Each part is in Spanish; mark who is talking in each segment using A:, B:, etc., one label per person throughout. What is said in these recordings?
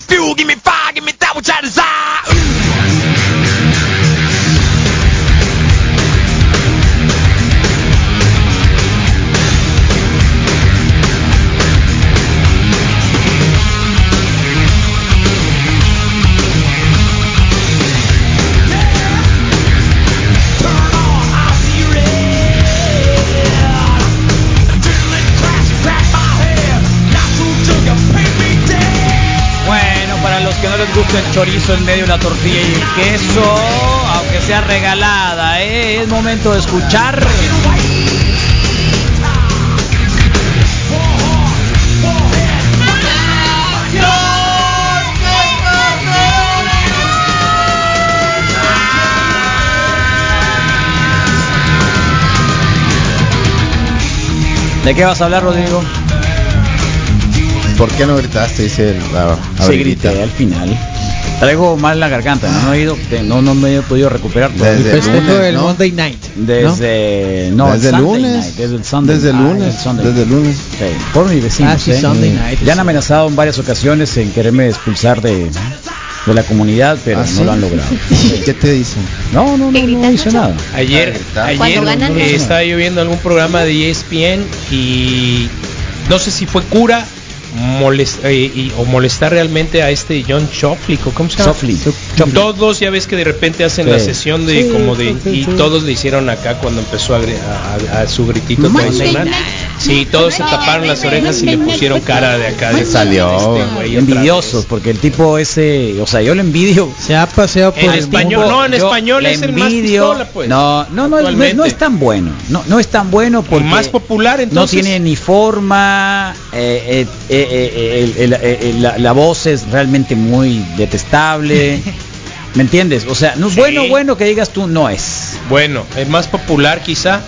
A: fuel, give me fire, give me that which I desire. Ooh.
B: Bueno, para los que no les gusta el chorizo en medio de la tortilla y el queso, aunque sea regalada, ¿eh? es momento de escuchar. ¿De qué vas a hablar, Rodrigo?
C: ¿Por qué no gritaste? Dice el ah,
B: Se
C: Abriguita.
B: grité al final. Traigo mal la garganta, no, he ido, te- no, no me he podido recuperar todavía.
C: Desde
D: Pues
C: el lunes,
D: esto del
C: ¿no?
D: Monday Night.
B: Desde no,
C: desde el
B: Sunday
C: lunes.
B: night, desde el Sunday
C: desde el
B: night,
C: lunes.
B: el Sunday
C: desde el lunes.
B: night. Sí, por mi vecino. ¿eh?
D: Ah, sí, Sunday night.
B: Ya han amenazado en varias ocasiones en quererme expulsar de, de la comunidad, pero no
C: Ah, ¿sí?
B: lo han logrado.
C: ¿Qué te dicen?
B: No, no, no,
E: ¿Te
B: no,
E: gritan
B: hice
E: mucho?
B: nada.
F: Ayer,
C: Está
F: ayer
E: Cuando ganan,
F: eh,
E: no.
F: estaba yo viendo algún programa de E ESPN y no sé si fue cura molest- eh, y- o molestar realmente a este John Shoflick o cómo se llama.
B: Sofli.
F: Todos ya ves que de repente hacen
B: Sí.
F: la sesión de
B: Sí,
F: como de
B: sí,
F: y
B: sí.
F: todos le hicieron acá cuando empezó a, gri- a- a- a su gritito tradicional. Sí, todos se taparon las orejas y le pusieron cara de acá. De
C: Salió.
F: este güey otra
B: Envidiosos,
F: vez.
B: porque el tipo ese, o sea, yo le envidio.
D: Se ha paseado por
F: En
D: el
F: español,
D: mundo.
F: no, en
B: Yo
F: español
B: le
F: es el más
B: envidio-
F: pistola, pues.
B: No, no, no, es- no es- no, es
F: Actualmente.
B: tan bueno. No, no es tan bueno porque
F: Pues más popular
B: no
F: entonces.
B: tiene ni forma, eh, eh, eh, eh, el- el- el- la, la voz es realmente muy detestable. ¿Me entiendes? O sea, no,
F: Sí.
B: bueno, bueno que digas tú no es.
F: Bueno, es más popular quizá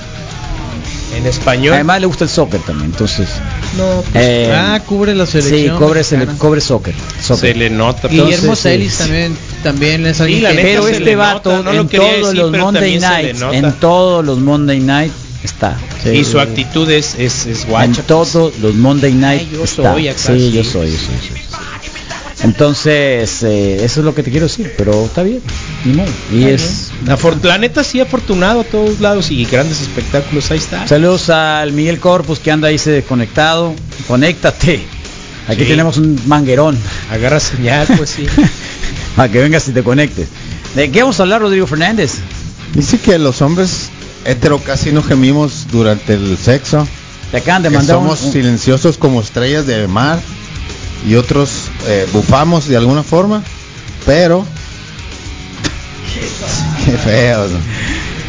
F: en español.
B: Además le gusta el soccer también, entonces.
D: No, pues,
B: Eh,
D: ah, cubre la
B: Sí,
D: selección.
B: cobre, se le-
D: mexicana.
B: cobre soccer. soccer.
F: se le nota.
D: Guillermo
B: Entonces,
D: Celis
B: sí.
D: también, también es alguien
F: la
D: que-
F: neta,
B: pero
F: se
B: este
F: le
B: vato
F: nota, no lo
B: en
F: quería
B: todos
F: decir,
B: los
F: pero
B: Monday
F: también se le
B: nights,
F: nota.
B: en todos los Monday night está.
F: Y su actitud es, es, es
B: en
F: guacha. pues.
B: todos los Monday night
F: Ay, yo
B: está.
F: soy acá,
B: sí,
F: sí.
B: yo soy, yo soy, yo soy. Entonces, eh, eso es lo que te quiero decir, pero está bien. Ni modo. Y es
F: Afor- la neta sí afortunado a todos lados y grandes espectáculos, ahí está.
B: Saludos al Miguel Corpus que anda ahí se desconectado. Conéctate. Aquí
F: Sí.
B: tenemos un manguerón
F: Agarra señal, pues sí.
B: para que vengas y te conectes. ¿De qué vamos a hablar, Rodrigo Fernández?
C: Dice que los hombres hetero casi no gemimos durante el sexo.
B: Te acaban de
C: que
B: mandar un-
C: somos
B: un-
C: silenciosos como estrellas de mar y otros eh, bufamos de alguna forma, pero qué feos,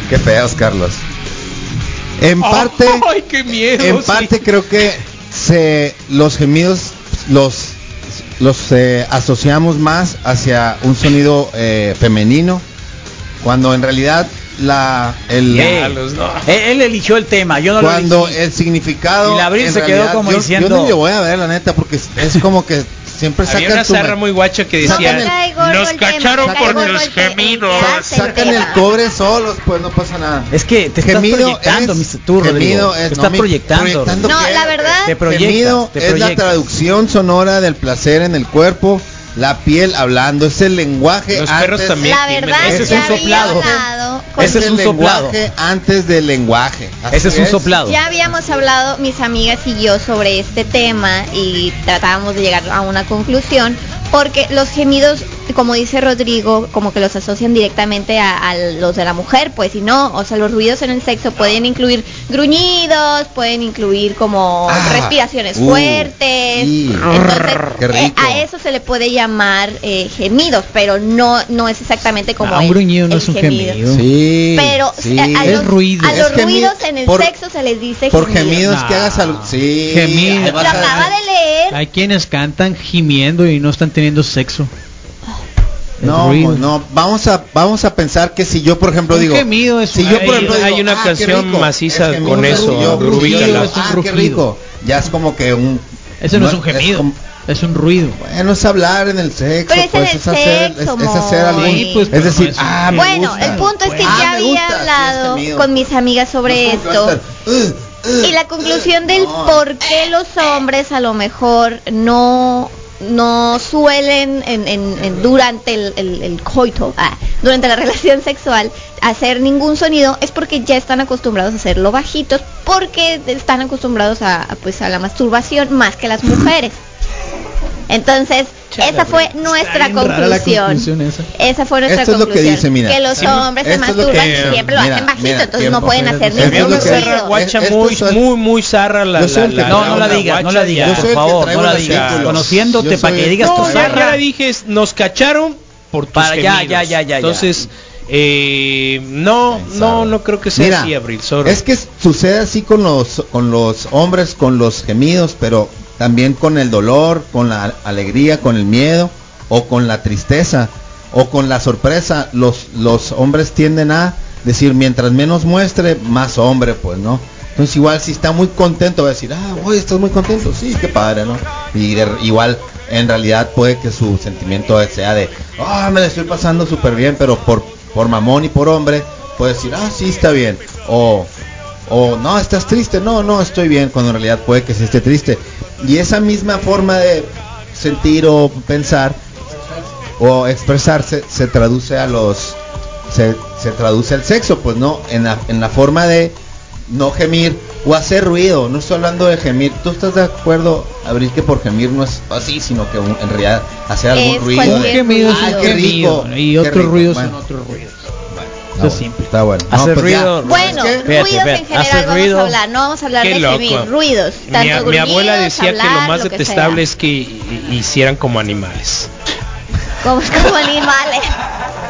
C: qué feos, Carlos. En parte,
F: Ay, qué miedo.
C: en
F: sí.
C: parte creo que se los gemidos los los eh, asociamos más hacia un sonido eh, femenino cuando en realidad la el
F: Ya, los- no.
B: Él, él eligió el tema, yo no lo
C: cuando
B: elegí.
C: el significado
B: Y la Abril
C: en
B: se quedó como
C: yo,
B: diciendo-
C: yo no le voy a ver la neta porque es- es como que siempre
F: Había
C: sacan
F: una
C: tu
F: zarra muy guacha que
C: Sacan el-
F: decía,
E: Trae gordo
F: nos
E: el tema,
F: cacharon
E: trae
F: por
E: gordo
F: los
E: el tema,
F: gemidos.
E: ya se
C: sacan el
E: entera.
C: cobre solos pues no pasa nada
B: Es que te
C: Gemido
B: estás proyectando,
C: es-
B: mis- tú, Rodrigo.
C: gemido
B: Te
C: es-
B: estás
C: no, mi-
B: proyectando.
C: proyectando
B: Rodrigo.
E: No,
C: ¿qué?
E: la verdad,
B: Te proyectas,
C: Gemido
B: te
C: es la
B: proyectas.
C: traducción sonora del placer en el cuerpo la piel hablando es el lenguaje
F: Los
C: antes-
F: perros también.
E: la verdad
B: Ese
E: ya
B: es un
E: había
B: soplado.
E: hablado con-
C: es
B: Ese es
C: el
B: un soplado.
C: lenguaje antes del lenguaje Así
B: Ese es un soplado.
E: Ya habíamos hablado, mis amigas y yo, sobre este tema y tratábamos de llegar a una conclusión, porque los gemidos, como dice Rodrigo, como que los asocian directamente a, a los de la mujer, pues, y no, o sea, los ruidos en el sexo pueden incluir gruñidos, pueden incluir como
C: Ah,
E: respiraciones
C: uh,
E: fuertes,
C: y-
E: entonces,
C: Qué
E: eh,
C: rico.
E: a eso se le puede llamar eh, gemidos, pero no, no es exactamente como
D: Ah, un
E: el-
D: gruñido no
E: el
D: es un gemido.
C: Sí,
E: pero eh,
C: sí.
E: a, a
D: Es
E: los,
D: ruido.
E: a los
C: Es gemido
E: ruidos en el
C: por-
E: sexo se les dice
C: por
E: gemido.
C: gemidos que hagas algo. Sí,
D: Gemido.
C: ahí
E: Lo
C: vas a-
E: acaba de leer.
D: Hay quienes cantan gimiendo y no están teniendo sexo. El
C: No, pues,
D: ruido.
C: no, vamos a vamos a pensar que si yo por ejemplo
D: Un
C: digo
D: gemido es
C: si
D: un-
C: yo
F: Hay-
C: por ejemplo
F: hay
C: digo,
F: una
C: "Ah, qué
F: canción
C: rico",
F: maciza
C: es gemido,
F: con
C: es
F: eso,
C: ruido,
F: rubícala.
C: rugido, es un
D: Ah, qué
C: rugido.
D: rico.
C: Ya es como que un
D: Ese no, es
C: no,
D: un gemido, es,
C: como-
D: un ruido.
C: bueno, es hablar en el sexo,
E: Pero es en
C: pues,
E: el
C: es hacer
E: sexo,
C: es, es hacer algo,
E: Moy. Sí, pues,
C: es
D: pero
C: decir,
D: no es un-
C: ah, me
E: Bueno,
C: gusta.
E: el punto es que
C: Ah,
E: ya
C: me
E: había
C: gusta, sí, es
E: hablado
C: gemido.
E: con mis amigas sobre
C: No es como que va a
E: esto.
C: estar, "Ugh, ugh,
E: Y la conclusión
C: ugh".
E: del
C: No.
E: por qué los hombres a lo mejor no no suelen en- en- en- durante el, el- el coito, ah, durante la relación sexual, hacer ningún sonido es porque ya están acostumbrados a hacerlo bajitos, porque están acostumbrados a, a, pues, a la masturbación más que las mujeres. Entonces, esa fue nuestra
D: bien rara la
E: conclusión.
D: conclusión esa.
E: Esa fue nuestra
C: Esto es lo que
E: conclusión.
C: dice, mira.
E: que los
C: Sí.
E: hombres se
C: Esto es lo
E: masturban
F: que-
E: y siempre lo
C: mira,
E: hacen bajito,
C: mira,
E: entonces no
C: tiempo.
E: pueden hacer
C: Esto es
E: ningún
C: lo que-
F: Zarra,
E: ruido.
F: guacha,
C: Esto
F: muy,
C: soy-
F: muy, muy zarra la.
C: Yo soy el que
B: No, no la
F: onda
B: digas, no
F: guacha
B: la
F: ya.
B: digas,
C: Yo
B: por
C: soy el que
B: favor,
C: traigo
B: no la
C: los
B: digas.
F: artículos.
C: Yo
B: Conociéndote
C: soy
B: para que
C: el-
B: digas tu
F: No, ya,
B: zarra.
F: ya dije, es- nos cacharon por tus
B: Para, ya,
F: gemidos.
B: ya, ya, ya, ya.
F: Entonces, eh, no, no, no creo que sea
C: Mira,
F: así, Abril. sorry.
C: es que sucede así con los con los hombres, con los gemidos, pero también con el dolor, con la alegría, con el miedo o con la tristeza o con la sorpresa. Los los hombres tienden a decir mientras menos muestre, más hombre, pues, ¿no? Entonces igual si está muy contento va a decir, ah, hoy estás muy contento, sí, qué padre, ¿no? Y de- igual en realidad puede que su sentimiento sea de, ah, me la estoy pasando súper bien, pero por, por mamón y por hombre puede decir, ah, sí, está bien. O, o, no, estás triste, no, no, estoy bien, cuando en realidad puede que sí esté triste. Y esa misma forma de sentir o pensar o expresarse se traduce a los se, se traduce al sexo pues no en la, en la forma de no gemir o hacer ruido no estoy hablando de gemir tú estás de acuerdo Abril que por gemir no es así sino que un- en realidad hacer algún
E: Es
C: ruido
E: cualquier
D: Un
E: Qué
D: gemido es
E: ruido.
D: un
E: Qué
D: gemido.
C: rico,
D: Y
C: qué
D: otros
C: rico.
D: ruidos
C: Bueno.
D: son otros ruidos.
C: Está
D: es
C: bueno,
D: simple.
C: está bueno No,
B: Hacer
C: pues ya.
B: ruido,
E: Bueno,
C: ¿Sabes qué?
B: Fíjate,
E: ruidos
B: fíjate,
E: en general
B: hace
E: vamos
B: ruido.
E: a hablar, no vamos a hablar
F: Qué
E: de
F: loco.
E: gemir, ruidos,
F: Mi-
E: tanto
F: mi,
E: gruñidos,
F: abuela decía que lo
E: hablar,
F: más
E: que
F: detestable
E: sea.
F: es que hi- hi- hicieran como animales.
E: como, como animales.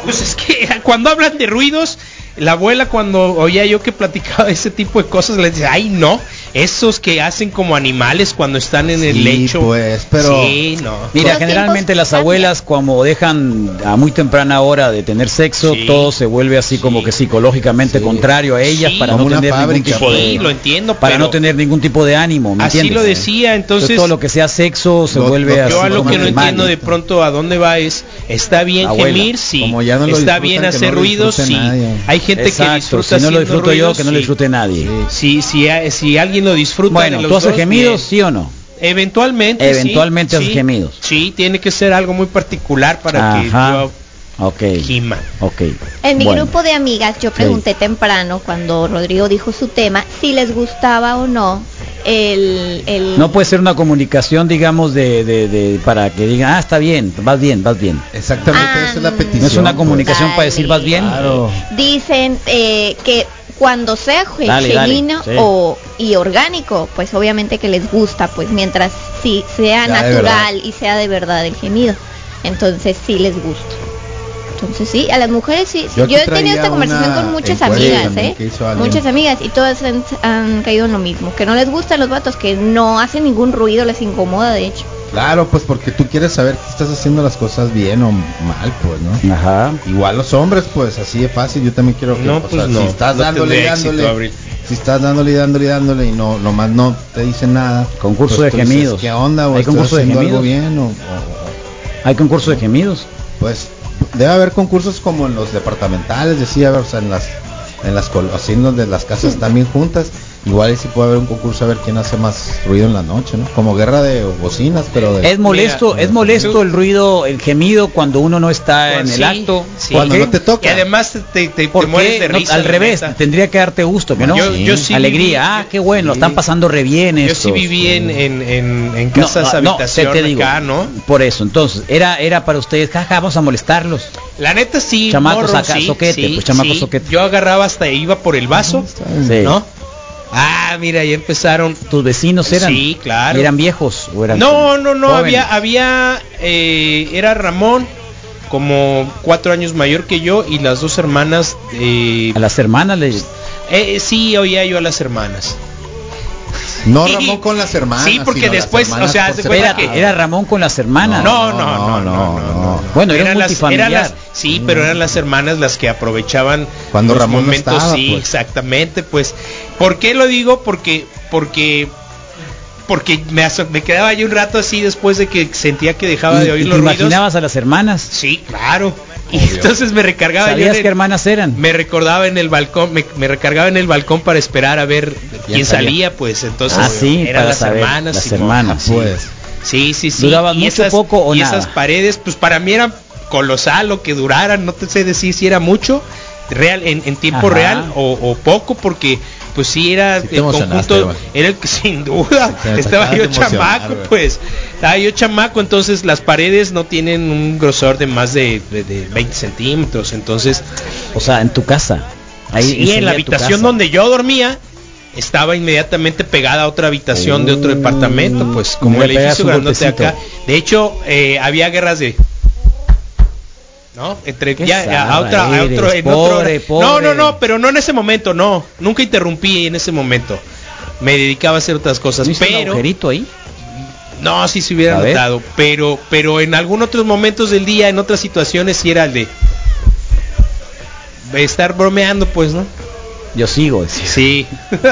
F: Pues es que cuando hablan de ruidos, la abuela cuando oía yo que platicaba ese tipo de cosas, le decía, ay no, esos que hacen como animales cuando están en
C: Sí,
F: el lecho.
C: pues, pero-
F: Sí, no.
B: Mira,
E: Los
B: generalmente
E: tiempos
B: las
E: cambian.
B: abuelas como dejan a muy temprana hora de tener sexo,
F: Sí.
B: todo se vuelve así como
F: Sí.
B: que psicológicamente
C: Sí.
B: contrario a ellas
F: Sí,
B: para
C: como
B: no
C: una
B: tener ningún
C: fábrica,
B: tipo
C: pues.
B: de,
F: Sí, lo entiendo,
B: para
F: pero
B: no tener ningún tipo de ánimo, ¿me
F: así lo
B: entiendes?
F: decía, entonces
B: todo lo que sea sexo se
C: Lo-
B: vuelve
C: lo-
B: así
F: yo a lo
B: como
F: que no
B: animal.
F: entiendo de pronto a dónde va es, está bien
B: Abuela,
F: gemir, sí,
C: como ya no lo
F: está
C: disfrutan,
F: bien
C: que
F: hacer
C: no lo
F: ruidos,
C: disfrute
F: sí,
C: nadie.
F: hay gente que
B: Exacto,
F: disfruta
B: si no lo
F: haciendo
B: disfruto yo,
F: ruidos,
B: que no
F: sí.
B: lo disfrute nadie.
F: Sí, sí, a- si alguien lo disfruta
B: Bueno,
F: de los
B: ¿tú haces
F: dos,
B: gemidos,
F: bien.
B: sí o no?
F: Eventualmente. sí,
B: Eventualmente haces gemidos.
F: Sí, tiene que ser algo muy particular para
B: Ajá. Ok.
F: que yo gima.
B: Ok.
E: En mi
B: Bueno.
E: grupo de amigas yo pregunté temprano cuando Rodrigo dijo su tema si les gustaba o no el, el
B: No puede ser una comunicación, digamos, de, de- de- para que digan, ah, está bien, vas bien, vas bien.
C: exactamente esa es la
E: Ah,
C: petición
B: No es una
C: pues.
B: comunicación para decir vas bien.
C: Claro.
E: dicen eh, que cuando sea ge-
B: Dale, dale,
E: genuino
B: sí.
E: o y orgánico pues obviamente que les gusta pues mientras sí sea
C: Sea de
E: natural y sea de verdad el gemido entonces sí les gusta entonces sí a las mujeres sí, sí.
C: Yo
E: yo,
C: aquí
E: he tenido esta
C: traía
E: conversación
C: una
E: con muchas
C: encuesta
E: amigas
C: también
E: eh
C: que hizo alguien.
E: muchas amigas y todas han, han caído en lo mismo que no les gustan los vatos que no hacen ningún ruido les incomoda de hecho
C: Claro, pues porque tú quieres saber si estás haciendo las cosas bien o mal, pues, ¿no?
B: Ajá.
C: Igual los hombres, pues así de fácil, yo también quiero que
F: No,
C: o
F: pues, no.
C: si estás
F: No
C: dándole y
F: tendré éxito,
C: dándole,
F: Abril.
C: si estás dándole y dándole y dándole y no nomás no te dicen nada.
B: Concurso de
C: pues, tú dices,
B: gemidos.
C: ¿Qué onda? ¿O
B: ¿Hay
C: estás
B: concurso de
C: haciendo algo
B: gemidos?
C: bien? O, o- o-
B: Hay concurso de gemidos.
C: pues debe haber concursos como en los departamentales, decía, o sea, en las en las col- así en donde las casas están bien juntas, igual y si puede haber un concurso a ver quién hace más ruido en la noche, ¿no? Como guerra de bocinas, pero de
B: Es molesto,
F: Mira,
B: es molesto
F: yo- Pues
B: el ruido, el gemido cuando uno no está Ah, en el acto.
C: Cuando no te toca.
F: Y además te, te, te-
B: ¿Por
F: te mueres
B: qué?
F: de
B: No,
F: risa.
B: al
F: la
B: revés,
F: neta.
B: tendría que darte gusto, ¿no?
F: Yo- yo sí viví-
B: Alegría, ah, qué bueno, lo están pasando re bien
F: Yo
B: estos.
F: sí viví en, en, en, en
B: No,
F: casas
B: no, no,
F: habitación
B: te- te digo,
F: acá, ¿no?
B: Por eso, entonces, era era para ustedes, jaja, vamos a molestarlos.
F: La neta sí,
B: Chamacos acá, soquete, pues, chamacos soquete.
F: Yo agarraba hasta iba por el vaso,
B: Sí.
F: ¿no? Ah, mira, ya empezaron.
B: ¿Tus vecinos eran?
F: Sí, claro.
B: ¿Eran viejos o eran
F: No, no, no,
B: jóvenes?
F: había, había, eh, era Ramón, como cuatro años mayor que yo, y las dos hermanas, eh,
B: A las hermanas les...
F: eh, sí, oía yo a las hermanas.
C: No Ramón con las hermanas.
F: Sí, porque
C: sino las
F: después,
C: hermanas
F: o sea,
C: por
F: se
C: separado.
F: cuenta
B: Era,
F: Pues que-
B: era Ramón con las hermanas.
F: No, no, no, no, no,
C: no.
B: Bueno, era
F: Eran
B: un
F: las-
B: multifamiliar.
F: eran las- sí, pero eran las hermanas las que aprovechaban
C: Cuando
F: los
C: Ramón no
F: momentos,
C: estaba,
F: sí,
C: pues.
F: exactamente, pues. ¿Por qué lo digo? Porque, porque, porque me, aso- me quedaba yo un rato así después de que sentía que dejaba
B: ¿Y-
F: de oír
B: y
F: los
B: te
F: ruidos.
B: imaginabas a las hermanas?
F: Sí, claro. Y entonces me recargaba Ah, yo. en
B: ¿Sabías
F: el-
B: qué hermanas eran?
F: me recordaba en el balcón, me, me recargaba en el balcón para esperar a ver quién
C: salía.
F: salía, pues entonces
B: Ah, sí,
F: eran
B: para
F: las
B: saber,
F: hermanas.
B: las
F: Simón.
D: Ah,
B: hermanas.
F: Sí.
C: Pues.
F: Sí, sí, sí.
B: ¿Duraban mucho, poco o
F: y
B: nada?
F: esas paredes, pues para mí era colosal lo que durara, no te sé decir si era mucho real en, en tiempo
B: Ajá.
F: real o, o poco porque pues sí era
C: Sí te
F: el
C: emocionaste,
F: conjunto
C: güey.
F: era el que sin duda
C: Sí, te
F: estaba
C: acabas
F: yo
C: de emocionar,
F: chamaco
C: güey.
F: pues estaba yo chamaco entonces las paredes no tienen un grosor de más de, de- de 20 centímetros entonces
B: O sea, en tu casa. Ahí
F: Sí, en la
B: sería tu
F: habitación
B: casa.
F: donde yo dormía estaba inmediatamente pegada a otra habitación de otro
B: Mm.
F: departamento, pues
B: Le
F: como el
B: pegas
F: edificio
B: un
F: grandote
B: golpecito.
F: acá. De hecho, eh, había guerras de ¿no? Entre
B: Qué
F: ya a- a
B: zarra
F: otra a otro
B: eres,
F: en otro-
B: pobre,
F: No, no,
B: pobre.
F: no, pero no en ese momento, no. Nunca interrumpí en ese momento. Me dedicaba a hacer otras cosas,
B: ¿No hizo un
F: pero
B: agujerito ahí?
F: no, sí se hubiera
B: A ver.
F: notado, pero pero en algunos otros momentos del día, en otras situaciones sí era el de de estar bromeando, pues, ¿no?
B: Yo sigo. decía.
F: Sí.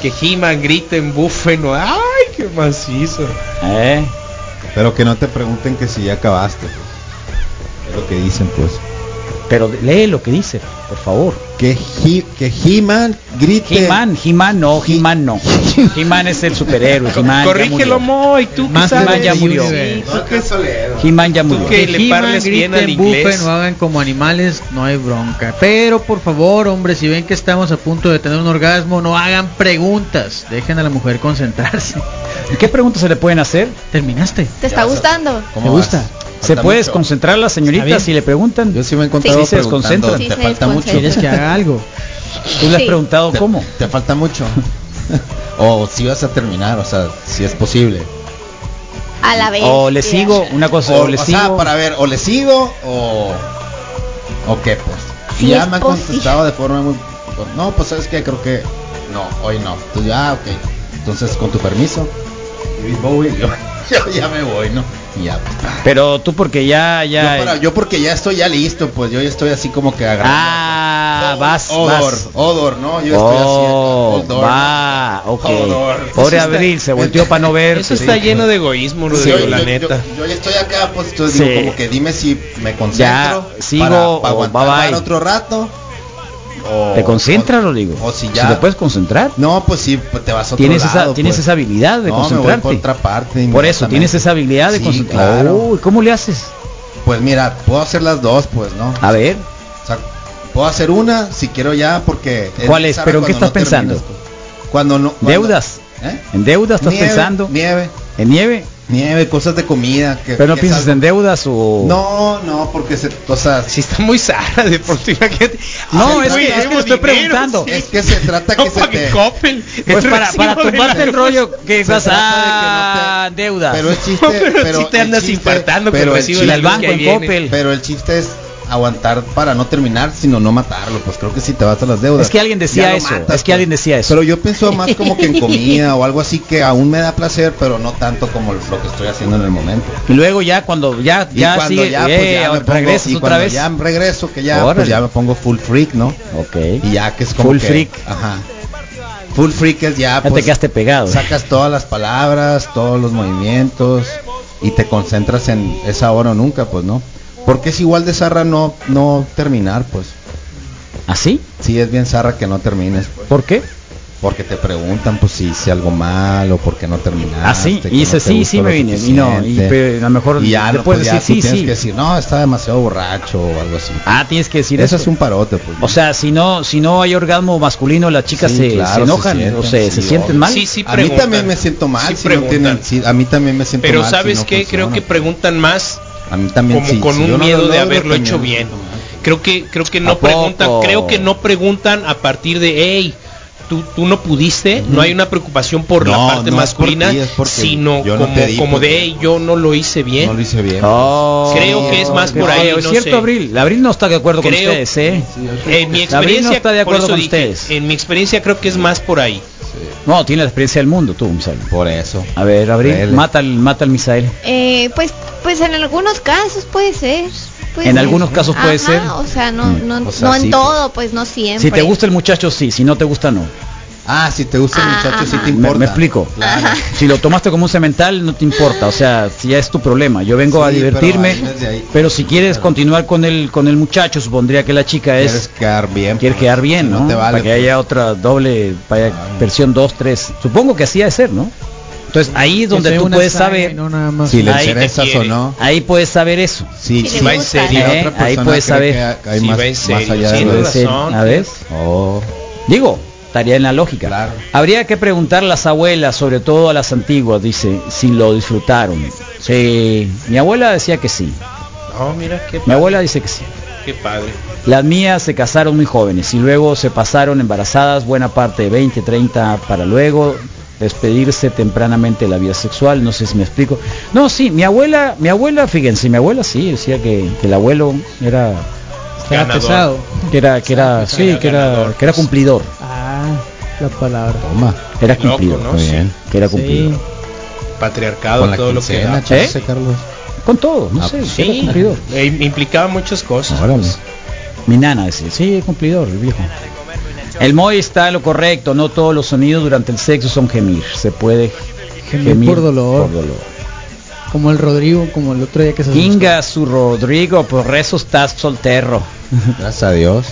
F: que giman, griten, bufen, o- ay, qué macizo.
B: ¿Eh?
C: Pero que no te pregunten que si ya acabaste. pues. Es lo que dicen, pues.
B: Pero lee lo que dice, por favor.
C: Que, he, que He-Man grite.
B: He-Man, He-Man no, He-Man no. He-Man es el superhéroe. He-Man Ah, ya
F: Corrígelo,
B: murió.
F: Moy, tú que
D: Más
F: sabes.
B: He-Man ya
D: Sí,
B: murió.
D: sí.
C: No, que solero.
B: He-Man ya murió.
F: qué? Que le
D: Giman,
F: parles bien
D: griten,
F: al inglés.
D: bufen o hagan como animales, no hay bronca. Pero por favor, hombre, si ven que estamos a punto de tener un orgasmo, no hagan preguntas. Dejen a la mujer concentrarse.
B: ¿Qué preguntas se le pueden hacer?
D: ¿Terminaste?
E: ¿Te está gustando?
D: ¿Te gusta?
B: ¿Se puede desconcentrar la
D: Está
B: señorita
D: bien.
B: si le preguntan?
C: Yo sí me he encontrado
B: Sí, se
C: preguntando,
B: desconcentran.
E: Sí,
C: te
E: se
C: falta mucho.
E: desconcentran.
D: ¿Quieres que haga algo?
B: ¿Tú le has
E: Sí.
B: preguntado
C: Te-
B: cómo?
C: Te falta mucho. o si vas a terminar, o sea, si es posible.
E: A la vez.
B: O le
E: ya.
B: sigo, una cosa, o,
C: O,
B: le
C: o
B: sigo.
C: sea, para ver, o le sigo o o qué pues.
E: Si
C: Y ya
E: es
C: me han
E: posible.
C: contestado de forma muy No, pues sabes que creo que no, hoy no. Tú ya, ah, ok. Entonces, con tu permiso, David Bowie, yo, yo ya me voy, ¿no? Y ya. pues.
B: Pero tú porque ya, ya.
C: yo, para- yo porque ya estoy ya listo, pues yo ya estoy así como que agarrando.
B: Ah,
C: Odor,
B: vas,
C: odor,
B: vas.
C: odor, no, yo estoy
B: Oh,
C: así. Odor,
B: va, ok.
C: Odor.
F: Eso
B: Pobre
F: está-
B: Abril, se volteó para no ver.
F: Eso está lleno de egoísmo,
C: Sí,
F: Rodrigo, la neta.
C: Yo, yo ya estoy acá, pues entonces
B: Sí.
C: digo como que dime si me concentro.
B: Ya, sigo
C: para,
B: o
C: para aguantar
B: bye bye.
C: otro rato. o-
B: ¿Te concentras,
C: o-
B: Rodrigo?
C: O si ya.
B: te puedes concentrar.
C: No, pues sí, pues, te vas a otro
B: Tienes,
C: lado.
B: esa, tienes
C: pues.
B: esa habilidad de
C: No, me voy
B: concentrarte.
C: por otra parte.
B: Por eso, tienes
C: inmediatamente.
B: esa habilidad de
C: Sí,
B: concentrarte.
C: claro.
B: Uy, ¿Cómo le haces?
C: Pues mira, puedo hacer las dos, pues, ¿no?
B: A ver,
C: O sea, puedo hacer una si quiero ya porque.
B: ¿Cuál es?
C: bizarro
B: ¿Pero en qué
C: cuando
B: estás
C: terminas,
B: pensando?
C: pues. Cuando no. cuando-
B: deudas.
C: ¿Eh?
B: En deuda estás
C: Nieve,
B: pensando.
C: Nieve,
B: En nieve.
C: nieve, cosas de comida. Que,
B: Pero no
C: que
B: piensas
C: salgo-
B: en deudas o.
C: No, no, porque se, o sea,
F: Si está muy sara de por ti, imagínate.
B: No,
F: Ay,
B: es
F: güey,
B: que- es que
F: debo
B: estoy
F: dinero,
B: preguntando.
F: sí.
C: es que se trata
F: No
C: que se
F: paguen
C: te
F: Coppel,
B: Pues
F: el
B: para, para
F: recibo de
B: tumbarte
F: la
B: el
F: luz.
B: rollo que
C: se
B: estás
C: trata
B: a
C: de que no te-
B: deudas.
C: Pero el chiste,
F: No, pero
C: pero
F: si te
C: el
F: andas
C: chiste-
F: infartando con
C: pero
F: el
C: el
F: recibo
B: Y
F: de
C: chiste-
B: al
F: la luz
B: banco
F: que ahí
B: en
F: viene.
B: Coppel.
C: Pero el chiste es aguantar para no terminar, sino no matarlo, pues creo que si te vas a las deudas.
B: Es que alguien decía
C: Ya lo
B: eso,
C: matas, pues.
B: es que alguien decía eso.
C: Pero yo pienso más como que en comida o algo así que aún me da placer, pero no tanto como lo que estoy haciendo en el momento.
B: Y luego ya cuando ya
C: Y
B: ya
C: cuando
B: sigue,
C: ya, pues,
B: eh,
C: ya me pongo-
B: regresas
C: y
B: otra
C: cuando
B: vez.
C: ya regreso, que ya,
B: Órale.
C: pues, ya me pongo full freak, ¿no?
B: Ok.
C: Y ya que es como
B: Full
C: que-
B: freak.
C: Ajá. Full freak es ya,
B: Ya te
C: pues,
B: quedaste pegado.
C: Sacas todas las palabras, todos los movimientos y te concentras en esa hora o nunca, pues, ¿no? Porque es igual de zarra no no terminar, pues.
B: ¿Así?
C: Sí es bien zarra que no termines, pues,
B: ¿Por qué?
C: porque te preguntan pues si hice algo mal o por qué no terminaste.
B: Así.
C: que
B: Y dice, Ah,
C: no Ah, te
B: sí,
C: gustó
B: sí
C: lo
B: me vine. Y no, y
C: suficiente.
B: pero a lo mejor
C: Y ya
B: le
C: no,
B: puedes
C: pues, ya tú
B: decir sí,
C: tienes
B: sí.
C: que decir, no, está demasiado borracho o algo así.
B: Ah, tienes que decir
C: Eso
B: eso.
C: es un parote, pues. ¿no?
B: O sea, si no si no hay orgasmo masculino, las chicas
C: Sí,
B: se,
C: claro,
B: se
C: se
B: enojan o
C: sienten,
B: se, se
C: sí,
B: sienten
C: obvio.
B: mal.
F: Sí, sí,
C: a mí
F: preguntan.
C: también me siento mal
F: Sí,
C: si no tienen,
F: preguntan.
C: sí, a mí también me siento
F: Pero
C: mal si
F: ¿sabes
C: no
F: qué? Creo
C: funciona,
F: que
C: pues.
F: preguntan más
C: A mí también
F: como
C: sí,
F: con
C: si
F: un
C: yo no lo
F: miedo de
C: logro,
F: haberlo
C: también
F: hecho
C: me
F: bien.
C: siento mal.
F: Creo que creo que
B: ¿A
F: no preguntan,
B: poco?
F: creo que no preguntan a partir de, hey, tú, tú no pudiste, no hay una preocupación por
C: No,
F: la parte
C: no es
F: masculina,
C: por ti, es porque
F: sino
C: yo no
F: como,
C: te di,
F: como
C: pues.
F: de, hey, yo no lo hice bien.
C: No lo hice bien.
B: Oh,
F: Creo que es más
B: qué
F: por ahí,
B: feo. Es
F: no
B: cierto,
F: sé.
B: Abril. Abril no está de acuerdo con
F: Creo-
B: ustedes, ¿eh?
F: en mi
B: La Abril
F: experiencia,
B: no está de
F: por
B: acuerdo
F: eso
B: con
F: dije,
B: ustedes.
F: en mi experiencia creo que es más por ahí.
B: No, tiene la experiencia del mundo, tú, Misael.
C: Por eso.
B: A ver, Abril,
C: Dele.
B: mata al, mata al Misael.
E: Eh, pues, pues en algunos casos puede ser. puede
B: En
E: ser.
B: algunos casos puede
E: Ajá,
B: ser. Mm.
E: O sea, no, no,
C: O sea,
E: no en
C: sí,
E: todo, pues no siempre.
B: Si te gusta el muchacho, sí. Si no te gusta, no.
C: Ah, si te gusta el
E: Ah,
C: muchacho, sí
E: ajá.
C: te
B: Me-
C: importa.
B: Me, explico.
C: Claro.
B: Si lo tomaste como un cemental, no te importa. O sea, si ya es tu problema. Yo vengo a
C: Sí, pero
B: divertirme.
C: ahí,
B: Pero,
C: desde ahí.
B: si quieres continuar con el, con el muchacho, supondría que la chica
C: Quieres
B: es.
C: quedar bien.
B: Quiere
C: pues,
B: quedar bien,
C: si
B: ¿no?
C: No te vale.
B: Para que
C: pues.
B: haya otra doble, para versión 2, 3. Supongo que así ha de ser, ¿no? Entonces ahí es donde tú puedes saber.
C: Si le
B: Ahí te
C: interesas o
F: quiere.
C: no.
B: Ahí puedes saber eso.
C: Sí,
E: Si
C: sí.
E: le
F: va en
E: gusta.
C: Y
F: serio.
C: la
B: ¿eh?
C: otra persona
B: Ahí puedes
C: cree
B: saber.
C: que ha- que hay
F: Sí,
C: más,
F: va en
C: más
F: serio,
C: allá
F: sí,
C: de Oh, lo
F: no
B: Puede
C: de-
F: la-
B: ser,
F: razón,
B: a ver. Digo, estaría en la lógica.
C: Claro.
B: Habría que preguntar a las abuelas, sobre todo a las antiguas, dice, si lo disfrutaron. Sí, mi abuela decía que sí.
F: No, mira, qué,
B: Mi abuela dice que sí.
F: qué padre.
B: Las mías se casaron muy jóvenes y luego se pasaron embarazadas buena parte de 20, 30 para luego despedirse tempranamente de la vida sexual, no sé si me explico. No, sí, mi abuela, mi abuela, fíjense, mi abuela sí decía que, que el abuelo era
F: Ganador.
D: pesado.
B: que era que era sí, que era que era cumplidor,
D: Ah, la palabra.
C: Toma,
B: era
F: Loco,
B: cumplidor,
F: ¿no?
C: muy bien.
B: que era
D: Sí.
B: cumplidor.
F: Patriarcado,
C: Con la
F: todo lo que
C: quincena,
F: da.
B: ¿Eh?
C: chance, Carlos.
B: Con todo, no
C: Ah,
B: sé,
F: Sí,
B: era cumplidor.
F: eh, implicaba muchas cosas.
C: Órale.
B: Mi nana decía, sí, es cumplidor, el viejo. El Moy está en lo correcto, no todos los sonidos durante el sexo son gemir, se puede
D: Gemir por dolor.
B: por dolor.
D: Como el Rodrigo, como el otro día que se asustó.
B: Inga su Rodrigo, por eso estás soltero.
C: Gracias a Dios.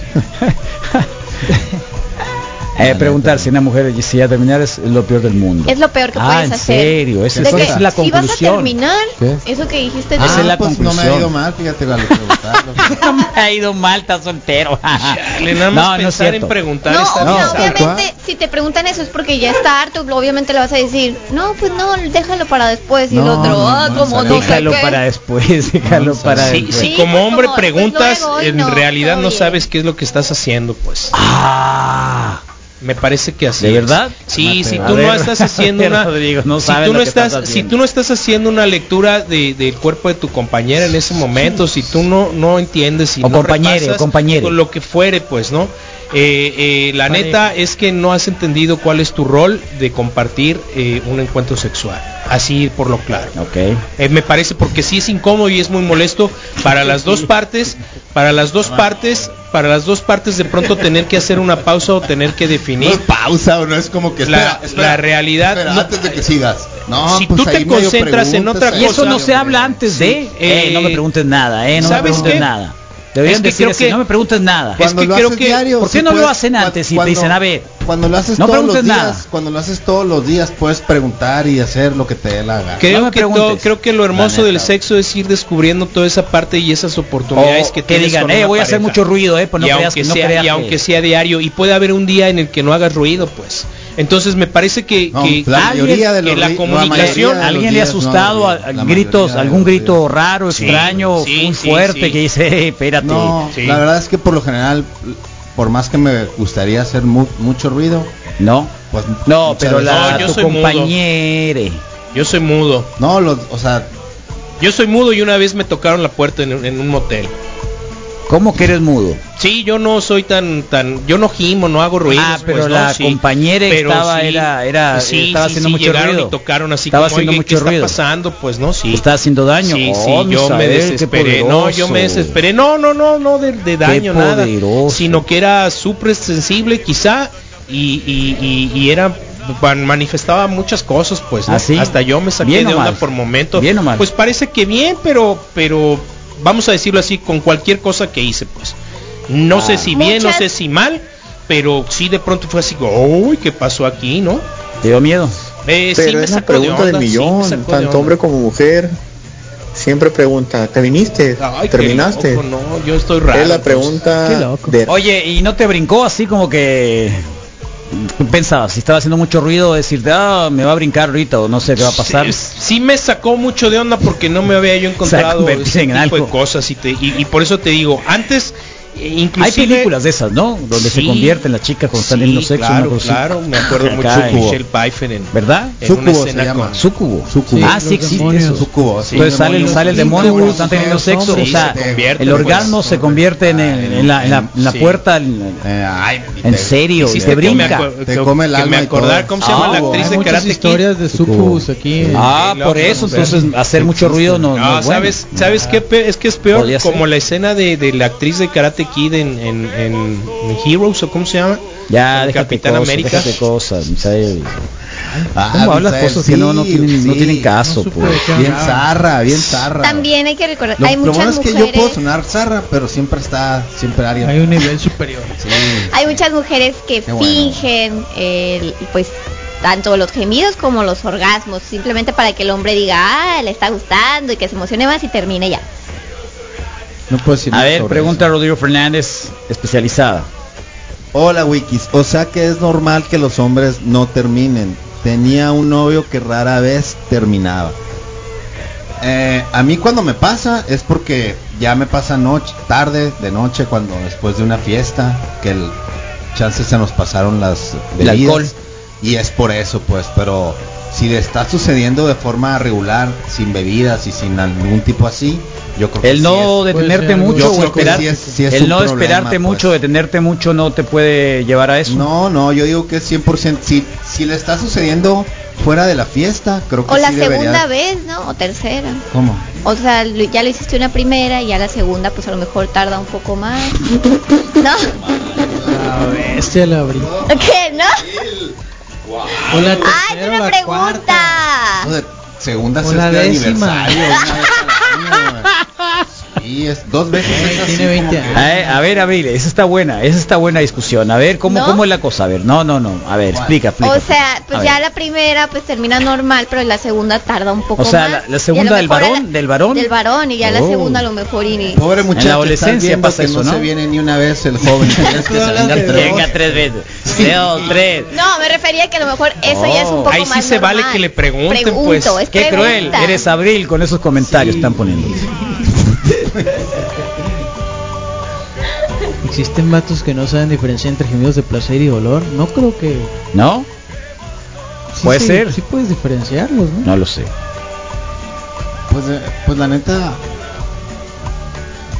B: Eh, preguntar si una mujer si ya terminar es lo peor del mundo.
E: Es lo peor que
B: Ah,
E: puedes
B: en
E: hacer.
B: serio, esa,
E: De
B: esa
E: que
B: es la
E: si vas a
B: conclusión.
E: terminar,
C: ¿Qué?
E: eso que dijiste de-
B: Esa es la
C: pues no me ha
B: conclusión.
C: ido mal, fíjate, vale, preguntarlo.
B: No me ha ido mal, está soltero.
F: Chale, nada más pensar en preguntar
E: No,
F: está
E: o sea,
C: No,
F: bizarro.
C: tal
E: obviamente,
C: cual.
E: si te preguntan eso es porque ya está harto, obviamente le vas a decir, no, pues no, déjalo para después. Y el
C: No,
E: otro,
C: no,
E: ah,
C: no,
E: como
C: no,
E: no sé
B: Déjalo
E: qué".
B: para después, déjalo
C: Vamos a
B: para
C: ver.
F: Sí,
B: después.
F: si
E: Sí,
F: como
E: pues,
F: hombre
E: como,
F: preguntas,
E: pues, luego,
F: en
E: no,
F: realidad no
E: oye.
F: sabes qué es lo que estás haciendo, pues.
B: Ah,
F: Me parece que así.
B: ¿De
F: es.
B: verdad?
F: Sí,
B: Mate,
F: si
B: a
F: tú no
B: ver.
F: estás haciendo una
B: Rodrigo, no
F: si
B: sabes
F: tú
B: lo
F: no
B: que estás
F: estás, si
B: haciendo.
F: tú no estás haciendo una lectura de- del cuerpo de tu compañera en ese momento, si tú no no entiendes si
B: O
F: no
B: compañere,
F: repasas
B: o compañere.
F: con lo que fuere, pues, ¿no? Eh, eh, la
D: Pareja.
F: neta es que no has entendido cuál es tu rol de compartir eh, un encuentro sexual. Así por lo claro.
B: ok.
F: Eh, me parece porque sí es incómodo y es muy molesto para las dos partes, para las dos partes, para las dos partes de pronto tener que hacer una pausa o tener que
C: No es
F: definir.
C: pausa o no es como que
F: La- la realidad
C: espera,
F: no-
C: antes de que sigas. No,
F: Si
C: pues
F: tú te
C: ahí medio
F: concentras en
C: preguntas,
F: otra
C: ahí
B: Y eso
F: cosa,
B: no se
C: medio-
B: habla antes de.
F: Sí.
B: eh, no me
F: Eh,
B: preguntes nada, eh, no me
F: ¿sabes
B: preguntes
F: qué?
B: nada. Deberían
F: Es que
B: decir
F: creo
B: así,
F: que-
B: no me preguntes nada.
F: Es que creo
C: lo haces
F: que-
B: ¿por qué
C: sí
B: no lo hacen antes y te dicen, a ver,
C: Cuando lo haces
B: no
C: todos los días,
B: preguntes nada?
C: cuando lo haces todos los días puedes preguntar y hacer lo que te dé la gana.
B: ¿Qué?
F: Creo,
B: me
F: que
B: preguntes.
F: todo- creo que lo hermoso
C: La neta.
F: del sexo es ir descubriendo toda esa parte y esas
B: O
F: oportunidades que,
B: que
F: tienes
B: digan,
F: con
B: eh,
F: una
B: voy a hacer
F: pareja.
B: mucho ruido, eh, pues no
F: y,
B: creas
F: aunque
B: que no
F: sea, y
B: creas que-
F: aunque sea diario, y puede haber un día en el que no hagas ruido, pues. Entonces me parece que,
C: No,
F: que-
C: la mayoría de
F: que
C: los
F: la
C: ri- la
F: comunicación-
C: mayoría de los
B: Alguien le ha
C: días, no,
B: asustado a-
C: la
B: a
C: mayoría
B: gritos,
C: de los
B: algún grito
C: días.
B: raro,
F: Sí,
B: extraño,
F: sí,
B: muy
F: sí,
B: fuerte
F: sí.
B: que dice, eh, espérate.
C: No,
F: Sí.
C: la verdad es que por lo general, por más que me gustaría hacer mu- mucho ruido,
B: No,
C: pues
B: no,
C: muchas
B: pero
C: veces-
B: la
F: No, yo
B: tu
F: soy mudo.
B: compañere.
F: Yo soy mudo.
C: no, los- o sea,
F: Yo soy mudo y una vez me tocaron la puerta en, un- en un motel.
B: ¿Cómo que eres mudo?
F: Sí, yo no soy tan tan yo no gimo, no hago ruidos.
B: Ah, pero
F: pues, ¿no?
B: la
F: Sí.
B: compañera estaba- era- era- estaba haciendo mucho
F: llegaron
B: ruido.
F: y tocaron así
B: Estaba haciendo
F: "Oye,
B: mucho
F: ¿qué está
B: ruido".
F: pasando? Pues no, sí.
B: ¿Te está haciendo daño?
F: Sí, sí,
B: Oh,
F: yo me
B: Misael, qué
F: desesperé. No, yo me
B: poderoso.
F: desesperé. No, no, no, no de, de daño, nada.
B: poderoso.
F: Sino que era súper sensible, quizá, y, y, y, y era man- manifestaba muchas cosas pues ¿no?
B: ¿Ah, sí?
F: hasta yo me saqué
B: ¿Bien o
F: de onda
B: mal?
F: por momento
B: ¿Bien o mal?
F: pues parece que bien pero pero vamos a decirlo así con cualquier cosa que hice pues no
B: Ah.
F: sé si bien no
E: Muchas-
F: sé si mal pero sí de pronto fue así uy qué pasó aquí no
B: ¿Te dio miedo?
F: Eh, sí
G: Pero
F: me
G: es una
F: sacó de
G: pregunta del
F: onda, sí me
G: millón,
F: sacó de
G: tanto
F: onda.
G: hombre como mujer. Siempre pregunta, ¿te viniste?
F: Ay, qué
G: ¿Terminaste?
F: loco, no, yo estoy raro.
G: es la
F: pues.
G: pregunta
D: Qué loco.
G: de
B: Oye, ¿y no te brincó así como que pensaba, si estaba haciendo mucho ruido, decirte, ah, me va a brincar ahorita o no sé qué va a pasar?
F: Sí, sí me sacó mucho de onda porque no me había yo encontrado
B: convertido
F: ese
B: en
F: tipo
B: algo.
F: de cosas y, te- y, y por eso te digo, antes eh, inclusive
B: Hay películas de esas, ¿no? Donde se
F: Sí.
B: convierten las chicas cuando están
F: Sí,
B: en los sexos.
F: claro,
B: una cosa así.
F: claro, me acuerdo mucho
B: Acá
F: de
B: en-
F: Michelle Pfeiffer en,
B: ¿Verdad?
F: en
C: Súcubo
F: una
C: se
F: escena
C: llama.
F: con
B: Súcubo.
C: Súcubo.
B: Ah,
D: Sí,
B: sí
D: los
B: existe
D: demonios.
B: eso.
C: Súcubo, sí.
B: Entonces sale,
C: Demonios.
B: sale el demonio cuando están teniendo sexo.
D: Sí,
B: o sea,
F: se convierte,
B: el
F: pues,
B: orgasmo se convierte en, el- en la, en la- en la
F: Sí.
B: puerta. en-
C: Eh, ay, y
B: ¿En
C: te-
B: serio?
C: y
B: ¿Y
C: te
B: te
F: que me
B: brinca?
F: acuer-
C: Te
F: que-
C: come el
F: que
C: alma
F: me
C: y todo.
F: acordar cómo se llama
B: Ah,
F: la
B: bueno,
F: actriz
D: Hay
F: de
D: muchas
F: Karate Kid.
D: historias de sucubus aquí.
B: ah,
F: Sí,
B: por
F: loco,
B: eso.
F: no sé.
B: Entonces, hacer mucho ruido
F: No,
B: no, no es bueno.
F: Ah, sabes, sabes qué pe- es que es peor
B: Podría
F: como
B: ser.
F: la escena de, de la actriz de Karate Karate Kid en, en- en Heroes o cómo se llama.
B: Ya,
F: El
B: déjate
F: Capitán
B: cosas,
F: América.
B: déjate cosas, Misael.
C: Ah,
B: ¿Cómo hablas
C: Misael,
B: cosas que no, no,
C: sí,
B: tienen, no
C: sí.
B: tienen caso,
D: No supe
B: pues?
D: de qué
C: Bien
D: hablaba.
C: zarra, bien zarra.
E: También hay que recordar,
C: Lo,
E: hay
C: lo
E: muchas
C: bueno es que
E: mujeres.
C: yo puedo sonar zarra, pero siempre está, siempre alguien.
D: Hay un nivel superior.
E: Hay muchas mujeres que
C: Qué bueno.
E: fingen, el- pues, tanto los gemidos como los orgasmos, simplemente para que el hombre diga, ah, le está gustando y que se emocione más y termine ya.
C: No puedo decir
B: A
C: nada
B: ver,
C: sobre
B: pregunta a Rodrigo Fernández, especializada.
C: eso. Hola, Wikis. O sea que es normal que los hombres no terminen. Tenía un novio que rara vez terminaba. Eh, a mí cuando me pasa es porque ya me pasa noche, tarde, de noche, cuando después de una fiesta, que el chance se nos pasaron las
B: El
C: bebidas.
B: alcohol.
C: Y es por eso, pues, pero si le está sucediendo de forma regular, sin bebidas y sin algún tipo así, yo creo que
B: El
C: sí
B: no
C: es-
B: detenerte
D: ser algo-
B: mucho
D: Yo
B: o
D: creo que
B: esperar,
C: sí es- sí es
B: el
C: un
B: no
C: problema,
B: esperarte
C: pues.
B: mucho, detenerte mucho no te puede llevar a eso.
C: No, no, yo digo que es 100%. Si, si le está sucediendo fuera de la fiesta, creo que
E: O la
C: sí debería-
E: segunda vez, ¿no? O tercera.
C: ¿Cómo?
E: O sea, lo- ya lo hiciste una primera y ya la segunda, pues a lo mejor tarda un poco más. ¿No?
F: Ah,
D: La bestia la abrí.
E: ¿Qué? ¿No?
D: O la
E: ¡Ay,
D: tercera
E: qué
D: o
E: una
D: la
E: pregunta!
D: cuarta.
C: No, de segunda
D: O
C: sexta
D: la
C: de
D: décima.
C: aniversario, una vez al año, güey. Sí, es dos veces. es así
D: tiene 20
C: como que-
D: años.
B: A ver, a ver, Abril, esa está buena, esa está buena discusión. A ver, ¿cómo,
E: ¿No?
B: cómo es la cosa? A ver, no, no, no. A ver, explica, explica.
E: O sea, pues
B: A
E: ya
B: ver.
E: la primera pues termina normal, pero la segunda tarda un poco
B: O
E: más.
B: sea, la- la
E: Y a lo
B: segunda del
E: mejor a
B: varón, del varón.
E: Del varón y ya la
B: Oh.
E: segunda a lo mejor y
C: Pobre muchacho, estás
B: adolescencia
C: viendo
B: pasa
C: que
B: eso,
C: no
B: ¿no?
C: se viene ni una vez el joven. Tienes que salir
B: Ya
C: entre dos.
B: Venga, tres veces. Leo, tres.
E: No, me refería que a lo mejor eso ya es un
B: Oh.
E: poco
F: Ahí sí
E: más
F: se vale
E: normal.
F: que le pregunten,
E: Pregunto,
F: pues.
E: es
B: Qué
E: pregunta.
B: cruel, eres Abril con esos comentarios están poniendo.
D: ¿Existen vatos que no saben diferenciar entre gemidos de placer y dolor? No creo que...
B: ¿No?
D: sí
B: Puede
D: se-
B: ser.
D: Sí puedes diferenciarlos, ¿no?
B: No lo sé.
C: Pues, eh, pues la neta.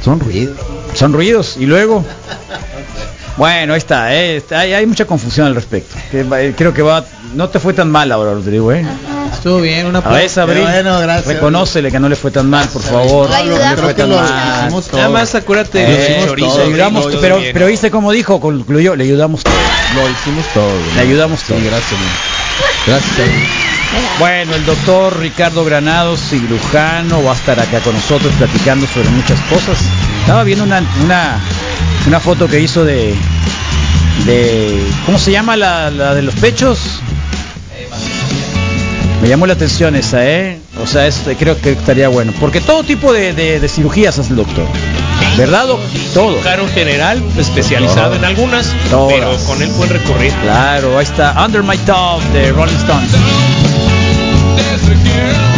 C: Son ruidos.
B: Son ruidos y luego. Bueno, ahí está, eh, está- hay, hay mucha confusión al respecto. Que va- eh, creo que va, no te fue tan mal ahora, Rodrigo, eh.
D: Estuvo bien, una
B: A ver, Abril,
C: Bueno, gracias.
B: reconócele que no le fue tan mal, por favor.
E: Lo
B: No le
E: ayudamos,
B: fue tan
E: lo
B: mal.
C: ayudamos.
F: Nada más acuérdate de
B: Eh,
F: los chorizos,
B: le ayudamos,
F: gringos,
B: pero,
F: bien.
B: pero viste como dijo, concluyó, le ayudamos.
C: Lo hicimos todo. güey.
B: Le ayudamos
C: Sí,
B: todo.
C: gracias, güey. Gracias. güey.
B: Bueno, el doctor Ricardo Granados, cirujano, va a estar acá con nosotros platicando sobre muchas cosas. Estaba viendo una, una, una foto que hizo de, de... ¿Cómo se llama la, la de los pechos? Me llamó la atención esa, ¿eh? O sea, es- creo que estaría bueno. Porque todo tipo de, de- de cirugías hace el doctor. ¿Verdad, doc? Todo.
F: Cirujano general, especializado en algunas,
B: Todas.
F: pero con él pueden recurrir.
B: Claro, ahí está Under My Top de Rolling Stones.
A: There's a girl